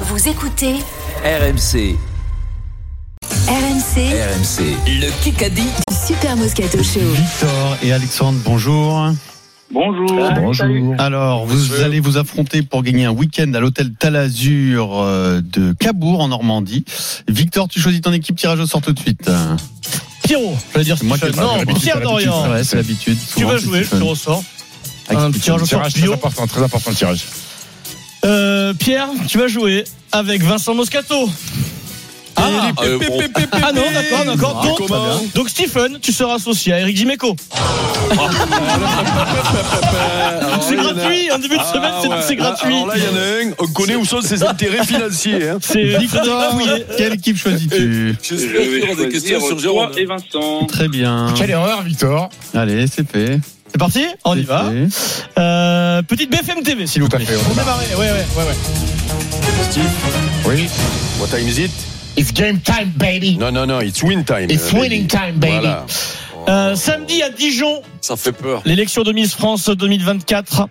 Vous écoutez RMC, RMC RMC, le Kikadi. Super Moscato Show. Victor et Alexandre, bonjour. Bonjour. Alors, vous allez vous affronter pour gagner un week-end à l'hôtel Talazur euh, de Cabourg, en Normandie. Victor, tu choisis ton équipe, tirage au sort tout de suite. Pierrot, je vais dire C'est moi qui ai non, pas l'habitude, Pierre c'est l'habitude, Dorian. c'est vrai, c'est l'habitude. Tu Souvent, vas c'est jouer, Stephen. je te ressors. Avec un Stephen. tirage au sort. Tirage Bio. très important, très important le tirage. Euh, Pierre, tu vas jouer avec Vincent Moscato. Ah, euh, on- Ah non, d'accord, d'accord. Ah, Donc, hein comment donc Stephen, tu seras associé à Eric Dimeco. c'est gratuit, un début de semaine, c'est- c'est gratuit. Alors Ah, là, il y en a un, on connaît où sont ses intérêts financiers. Hein. C'est Victor. euh, Euh, Victor, quelle équipe choisis-tu Je des questions sur Jérôme. et Vincent. Très bien. Quelle erreur, Victor Allez, c'est fait. C'est parti, on y C'est va. fait. Euh, petite BFM TV, s'il vous plaît. Pour démarrer, ouais, ouais, ouais. ouais. Steve, Oui. what time is it It's game time, baby. Non, non, non, it's win time. It's euh, winning time, baby. Voilà. Euh, samedi à Dijon, Ça fait peur. l'élection de Miss France 2024.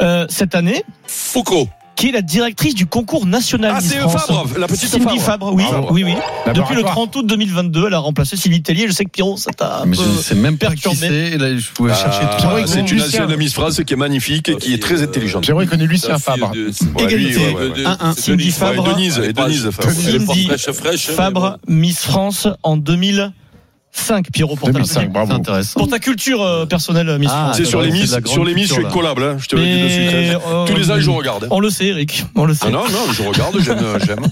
Euh, cette année, Foucault. qui est la directrice du concours national Ah, Miss c'est euh, France. Fabre, la petite Cindy Fabre. Fabre, oui, Bravo. oui, oui. Depuis le Laboratoire. 30 août 2022, elle a remplacé Sylvie Tellier. Je sais que Pierrot, ça t'a un Ah, Mais je ne peu- sais même pas qui perturbé. c'est. Là, je pouvais chercher Ah, tout à l'heure. Pierrot, c'est une Lucien. ancienne Miss France qui est magnifique et qui est très intelligente. Pierrot, il connaît Lucien Fabre. Ouais, lui, ouais, ouais, ouais. Un, un. Cindy Denise, Fabre. ouais, Denise, et Denise Fabre. Elle est pas Cindy fraîche, fraîche. hein, mais Fabre, Miss France en 2005, Pierrot, pour ta, 2005, C'est bravo. intéressant. pour ta culture euh, personnelle, Miss Ah, France. C'est sur les c'est de Miss, la grande sur les Miss, je suis culture, là. collable, hein, je te le dis de suite. Mais, hein. euh, Tous les ans, je regarde. On le sait, Eric, on le sait. Ah non, non, je regarde, j'aime, j'aime,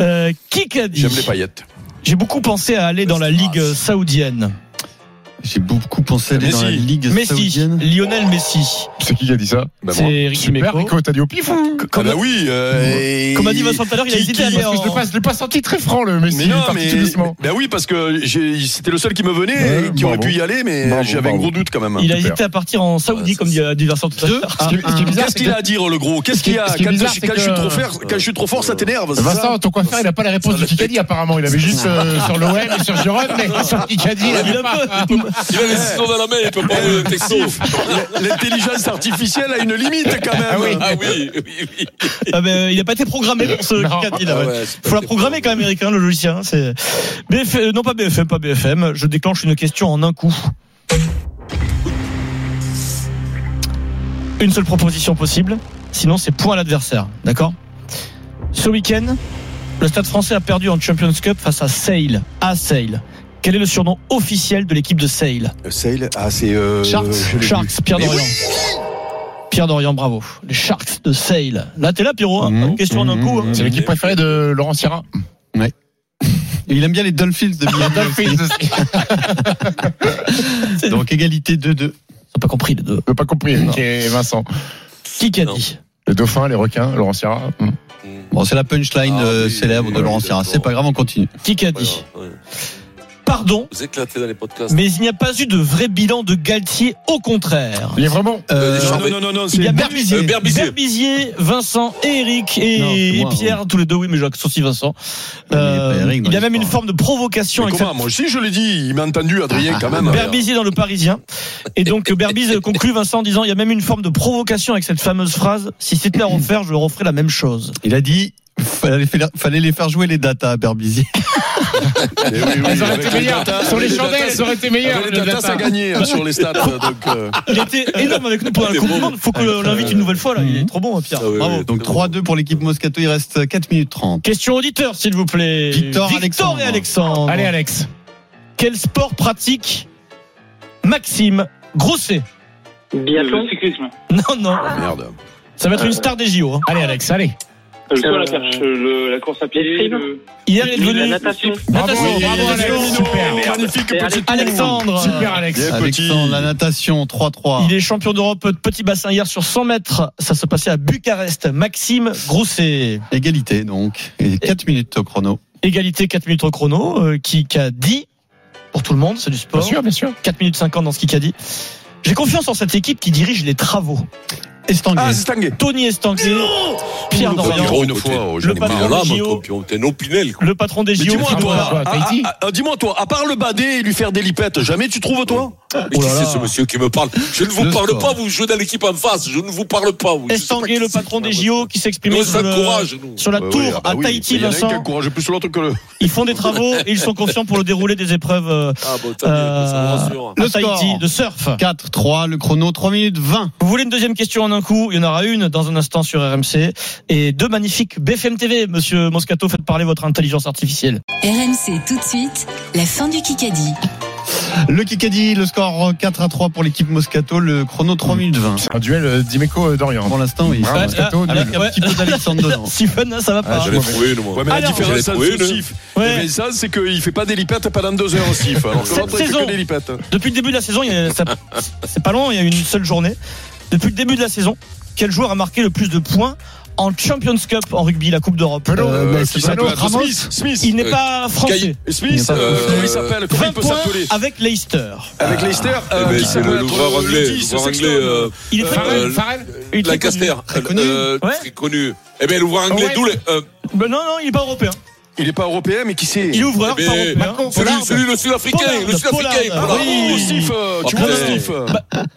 Euh, qui qu'a dit j'aime les paillettes. J'ai beaucoup pensé à aller dans la Ligue saoudienne. J'ai beaucoup pensé à aller dans la Messi. Ligue Messi, saoudienne. Lionel Messi. C'est qui qui a dit ça Bah, C'est moi. Eric Ah Super, Dimeco. Rico, t'as dit au pif hein Ah bah oui, euh, Comme a dit et- Vincent tout à l'heure, il a Qui- hésité à qui- aller parce que en... je l'ai pas- Je l'ai pas senti très franc, le Messi. Mais il est non, parti mais tout doucement. ben oui, parce que j'ai- c'était le seul qui me venait Ouais, et qui aurait bravo. pu y aller, mais Bravo, j'avais un bravo. gros doute quand même. Il a Super. hésité à partir en Saoudi, comme dit, dit Vincent tout à l'heure. Ce qui est- ce qui est bizarre, Qu'est-ce c'est qu'il a à dire le gros Qu'est-ce qu'il y a Ce quand, qui est bizarre, je, c'est quand je suis que- trop fort, quand je suis trop fort, ça t'énerve. c'est Vincent, ton coiffeur, il n'a pas la réponse Ça du le fait. Kikadi, apparemment. Il avait juste euh, sur l'OM et sur Gironde, mais sur le Kikadi, il Il avait a pas. peur. Il a les ciseaux dans la main, il peut pas envoyer le texto. ça L'intelligence artificielle a une limite quand même. Ah oui. Ah oui, oui, oui. Ah ben, il n'a pas été programmé pour ce Non. Kikadi là. Ah ouais. ouais, c'est pas Faut la fait. programmer quand même, Eric, hein, le logicien. hein, C'est BF... euh, non pas BFM, pas BFM. Je déclenche une question en un coup. Une seule proposition possible. Sinon, c'est point à l'adversaire. D'accord. Ce week-end, le Stade Français a perdu en Champions Cup face à Sale. À Sale. Quel est le surnom officiel de l'équipe de Sale Le Sale, ah c'est. euh, Sharks, je l'ai vu. Sharks, Pierre Mais Dorian. Pierre Dorian, bravo. Les Sharks de Sale. Là, t'es là, Pierrot. hein. Mhm. Question en un coup. hein. Mmh. C'est l'équipe préférée de Laurent Sierra. Et Il aime bien les Dolphins de Miami. aussi. Donc égalité 2-2. T'as pas compris les deux. Je pas compris. Ok, Vincent. Qui qu'a dit Les dauphins, les requins, Laurent Sierra. Hmm. Bon, c'est la punchline Ah, euh, oui, célèbre oui, de oui, Laurent Sierra. d'accord. C'est pas grave, on continue. Qui qu'a dit Voilà, ouais. Pardon, Vous éclatez dans les podcasts. mais il n'y a pas eu de vrai bilan de Galtier, au contraire. Il est vraiment. Euh, Deschamps. Non, non, non, non, Il y c'est. a Euh, Berbizier, Berbizier. Berbizier, Vincent, et Eric et, Non, c'est moi, et Pierre, tous les deux, oui, mais j'ai aussi Vincent. Mais il Euh, y a pas Eric dans il y a même l'histoire. une forme de provocation Mais avec comment sa- Moi aussi je l'ai dit, il m'a entendu, Adrien quand même. Berbizier dans le Parisien. Et donc euh, Berbiz conclut Vincent en disant il y a même une forme de provocation avec cette fameuse phrase si c'était à refaire, je referais la même chose. Il a dit fallait, les faire- fallait les faire jouer les data à Berbizier. Eh oui, oui, Elles auraient avec été les meilleures. datas, Sur les avec chandelles, datas, elles auraient été meilleures. avec le Les datas data. a gagné hein, sur les stats. donc, euh, Il était énorme avec nous pendant la Coupe du Monde. Faut qu'on l'invite une nouvelle fois là. Mhm. Il est trop bon, hein, Pierre. Ah oui, Bravo. oui. Donc 3-2 pour l'équipe Moscato. Il reste 4 minutes 30. Question auditeur, s'il vous plaît. Victor, Alexandre. et Alexandre. Allez, Alex. Quel sport pratique Maxime Grosset Biathlon. Le cyclisme. Non, non. Ah, Merde. Ça va être une star des JO. hein. Allez, Alex, allez. Le quoi, la perche, le- la course à pied. le- Hier, il est devenu. La natation. Bravo, Natation, bravo, Alex. natation. Super. Magnifique petit Alexandre. Super, Alex. Yes. Alexandre, petit. la natation Il 3-3. est champion d'Europe de petit bassin hier sur 100 mètres. Ça se passait à Bucarest. Maxime Grosset. Égalité donc. Et 4 minutes au chrono. Égalité 4 minutes au chrono. euh, qui, qui a dit, pour tout le monde, c'est du Bien sport. sûr, bien sûr. 4 minutes 50 dans ce qu'il a dit. J'ai confiance en cette équipe qui dirige les travaux. Ah, Estanguet. c'est tangué. Tony Estanguet, Pierre Comme Dorian, Pierrot, une côté. fois, oh, j'en ai Comme marre. Pierrot, Gio. comme Pierrot. T'es non Pinel, quoi. le patron des Mais JO. dis-moi, qui toi, doit- ah, Tahiti ah, ah, dis-moi, toi, à part le bader et lui faire des lipettes, jamais tu trouves, toi Mais Oh qui là c'est là. ce monsieur qui me parle Je ne vous Le parle score. pas, vous jouez dans l'équipe en face. Je ne vous parle pas. vous. Je sais pas Estanguet, qui le c'est. patron des JO, qui s'exprimait Nous, sur, ça le- courage, nous. sur la Ouais, tour ouais, ah bah à oui, Tahiti, mais il y en a un qui Vincent. encourage plus l'autre que le. Ils font des travaux et ils sont confiants pour le déroulé des épreuves euh, Ah, bon, tant mieux, ça me Euh, rassure. Le à Tahiti score. de surf. 4, 3, le chrono, 3 minutes 20. Vous voulez une deuxième question en un coup Il y en aura une dans un instant sur RMC. Et deux magnifiques BFM TV, monsieur Moscato, faites parler votre intelligence artificielle. RMC tout de suite, la fin du Kikadi. Le Kikadi, le score 4 à 3 pour l'équipe Moscato, le chrono 3 minutes 20. C'est un euh, duel Dimeco-Dorian. Pour l'instant, oui. Ah, Bravo, Ouais, Moscato, ouais, Avec ouais. un petit peu d'Alexandre dedans. Stephen, ça va pas. J'en ai trouvé une, moi. Ah, Ouais, mais la Alors, différence, j'en ai c'est trouvé une. Steve. Ouais. Mais ça, c'est qu'il fait pas des lipettes pendant deux heures, Steve. Alors que Cette l'autre, il fait saison. que des lipettes. Depuis le début de la saison, il y a- ça- c'est pas long, il y a une seule journée. Depuis le début de la saison, quel joueur a marqué le plus de points en Champions Cup en rugby, la Coupe d'Europe Pelot. Euh, bah, c'est qui s'appelle Ramos. Ramos Smith. Smith. Il n'est Euh, pas français. Caillou. Il est Smith. pas- euh, Comment il s'appelle Comment 20 il peut points s'appeler avec Leicester. Avec Leicester Eh euh, ben, qui c'est s'appelle le entre l'ouvreur le anglais, 10, l'ouvreur Sexton. anglais, euh, Il est très Farrell, connu. Farrell Il est très Lancaster, Très connu. euh, Ouais. très connu. Eh bien, l'ouvreur anglais, Ouais. d'où le- euh, connu. Ben non, non, il est pas européen. Il est pas européen, mais qui c'est Il est ouvreur, Eh pas ben, européen. celui, Pollard. celui, le Sud-Africain, Pollard, le Sud-Africain. Pollard. Pollard. Oui. Oh, Steve, euh, tu Ah, connais ben. Steve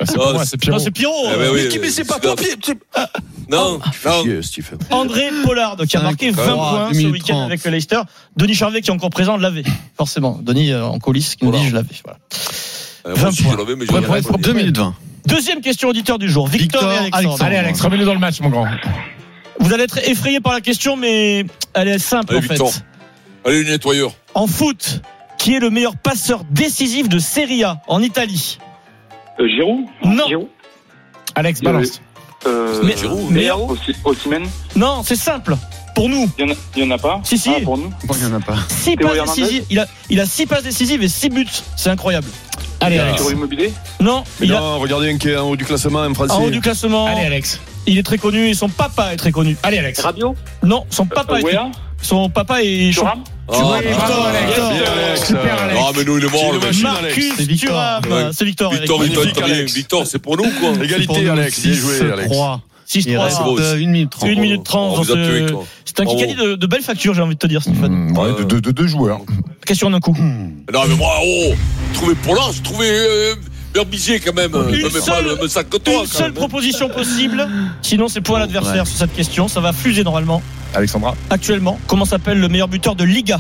C'est pour Ah, moi, c'est Pierrot. Non, c'est Pierrot. euh, Eh ben oui. Mais qui- mais c'est pas Steve. toi, Pierre- c'est- Non, non. Dieu, Steve. André Pollard qui a Cinq, marqué 20 trois, points deux ce minutes week-end trente. avec le Leicester. Denis Charvet qui est encore présent l'avait forcément. Denis euh, en coulisses qui nous dit Pollard. je l'avais. Voilà. Euh, vingt moi aussi, je points. l'avais, mais je Ouais, l'avais pour être pas dit. 2 minutes 20. Deuxième question auditeur du jour. Victor, Victor, et Alexandre. Alexandre. Allez, Alex, remets-le dans le match, mon grand. Vous allez être effrayé par la question, mais elle est simple Allez, en Victor. fait. Allez, le nettoyeur. En foot, qui est le meilleur passeur décisif de Serie A en Italie Euh, Giroud Non, Giroud Alex, balance. euh, Mais- Giroud meilleur- Aussi- Osimhen non, c'est simple. Pour nous, Il y en a- il y en a pas Si, si. Ah, pour nous Il n'y en a pas. six Théo passes Hernandez décisives. Il a, il a six passes décisives et six buts. C'est incroyable. Allez, Alex. Giroud Immobilier Non, Mais il a non, regardez un qui est en haut du classement, un français. en haut du classement. Allez, Alex. Il est très connu et son papa est très connu. Allez, Alex. Radio Non, son Euh, papa est Wea Son papa est champion. Thuram Ah, vois, il est bah, bravo, ah, Alex. bien, Bien, Alex. Super, Alex. Ah, mais nous, il est mort, le mec. Machine, Alex. Marcus C'est Victor. Thuram. C'est Victor. Eric. Victor, Victor, Magnifique, Victor, Alex. Victor, c'est pour nous, quoi. Égalité, Alex. Bien joué, Alex. 3. Il 6-3. reste C'est beau. beau. 1 minute 30. Une minute trente trente dans vous a ce- tué, quoi. Euh, C'est un Bravo. Kikadi de, de belle facture, j'ai envie de te dire, Stéphane. ouais, de- de- deux joueurs. Question d'un coup. Non, mais moi, oh, trouver Pollard, j'ai trouvé euh, Berbizier, quand même. Une Je mets pas seule- le même sac que toi, Une quand seule même. proposition possible, sinon c'est pour l'adversaire sur cette question. Ça va fuser normalement. Alexandra. Actuellement, comment s'appelle le meilleur buteur de Liga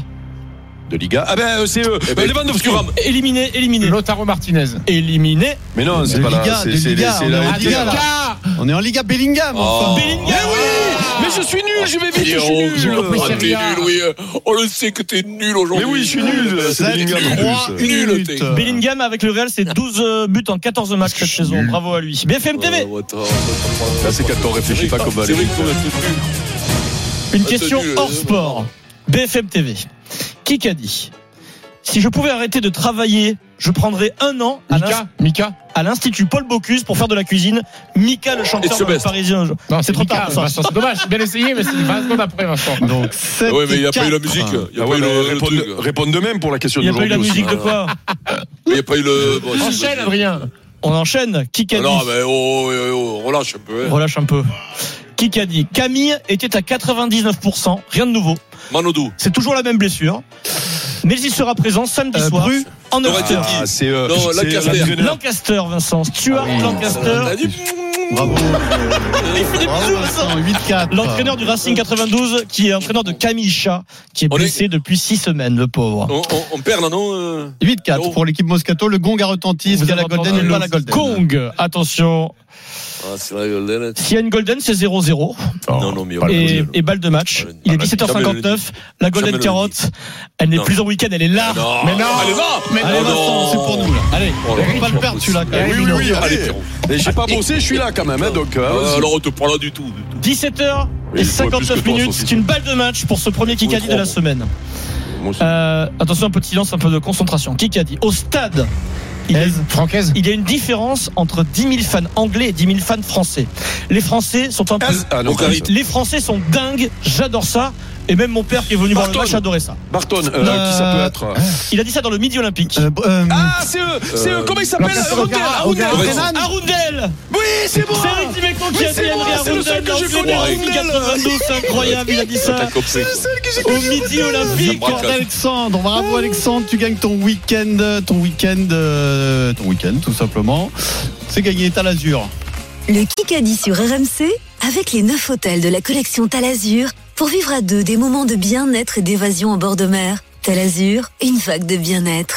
De Liga. Ah ben, euh, c'est eux. Eh ben, Lewandowski. Thuram. Éliminé, éliminé, Lotaro Martinez. éliminé. Ah! Mais non, c'est De pas Liga, là. de C'est c'est- Liga, c'est on est la Ah. en Liga, là. On est en Liga Bellingham. Oh. enfin. Bellingham. Ah. Mais oui Mais je suis nul, je vais vite, je suis Pierrot, nul. ah, c'est t'es rien. nul, oui. On le sait que t'es nul Mais aujourd'hui. oui, je suis nul. euh, C'est Ça, Bellingham, en trois, plus. une Nul, minute. t'es- Bellingham avec le Real, c'est 12 buts en 14 matchs cette saison. Bravo à lui. BFM Ouais, TV, ouais, Oh, attends, Là, attends, c'est quand on réfléchit pas comme C'est vrai Valérie. qu'on a tout vu. Une Ah, question t'as dû, euh, hors sport. BFM TV. Qui qu'a dit Si je pouvais arrêter de travailler, je prendrais un an à l'ins- Mika. Mika. à l'Institut Paul Bocuse pour faire de la cuisine. Mika, le Et chanteur ce de best. parisien. je- Non, C'est trop tard, ça. Vincent, C'est dommage. Bien essayé, mais c'est 20 secondes après, Vincent. Donc 7 Ouais, mais il n'y a pas eu la musique. Il n'y a Ah pas ouais, eu mais le- le réponde- truc. Réponde de même pour la question Il n'y a pas eu la d'aujourd'hui aussi. musique hein. de quoi Il n'y a pas eu le. bon, c'est- Enchaîne, Adrien. On enchaîne. Qui qu'a Ah Non, dit mais oh, oh, oh, relâche un peu. hein. Relâche un peu. Qui qu'a dit Camille était à 99%, rien de nouveau. Manodou. C'est toujours la même blessure. Mais il sera présent samedi Euh, soir Bru en Laurent Europe. Tati. Ah, c'est euh, Non, c'est Lancaster. l'entraîneur. Lancaster, Vincent. Stuart Ah Lancaster. euh, T'as dit Bravo. Il fait des Bravo, bisous, Vincent. Vincent, 8-4. L'entraîneur du Racing 92, qui est entraîneur de Camille Chat, qui est On blessé depuis six semaines, le pauvre. On, on- on perd là, non euh 8-4 pour l'équipe Moscato. Le gong a retenti. Est-ce Vous qu'il y a avez la golden entendu ou pas le la golden Kong, attention. Ah, c'est la Golden. S'il y a une golden, c'est 0-0 Non, non, mais on- et, et balle de match. Ah, Il est bah, 17h59. La golden Jamais carotte, elle n'est Non. plus en week-end, elle est là. Non. Mais non. Allez, va Mais Allez, non, Vincent, non. c'est pour nous là. Allez, Oh là On là. va le perdre celui-là quand même. Oui, oui, oui, Allez, allez. Pierrot. Mais J'ai pas bossé, je suis là quand même, hein, donc. euh, Ah, vas-y. Alors, on te parle pas du tout. du tout. 17h Oui, et il faut plus que 59 toi, minutes. Sophie. C'est une balle de match pour ce premier Kikadi de la trois, semaine. Moi aussi. Euh, attention, un peu de silence, un peu de concentration. Kikadi, au stade, il est Francaise. Il y a une différence entre 10 000 fans anglais et 10 000 fans français. Les Français sont un peu... Ah non, Bocari. Paris. Les Français sont dingues, j'adore ça. Et même mon père qui est venu voir le Barton. match adorait ça. Barton, euh, Euh, qui ça peut être Il a dit ça dans le Midi Olympique. Euh, b- euh, Ah, c'est eux, c'est eux, comment il s'appelle Lopez Arundel, Ogara- Arundel, Ogara- Arundel. Ogara- Arundel Oui, c'est moi C'est Eric Dimeco qui Mais a dit c'est moi, André c'est le Arundel seul que dans je le connais, Fédéral Arundel. 92, c'est incroyable, il a dit T'as ça compris. au Midi Olympique. braque. Alexandre, bravo Alexandre, tu gagnes ton week-end, ton week-end, euh, ton week-end tout simplement. C'est gagné Talazur. Le Kikadi sur RMC avec les 9 hôtels de la collection Talazur pour vivre à deux des moments de bien-être et d'évasion en bord de mer. Talazur, une vague de bien-être.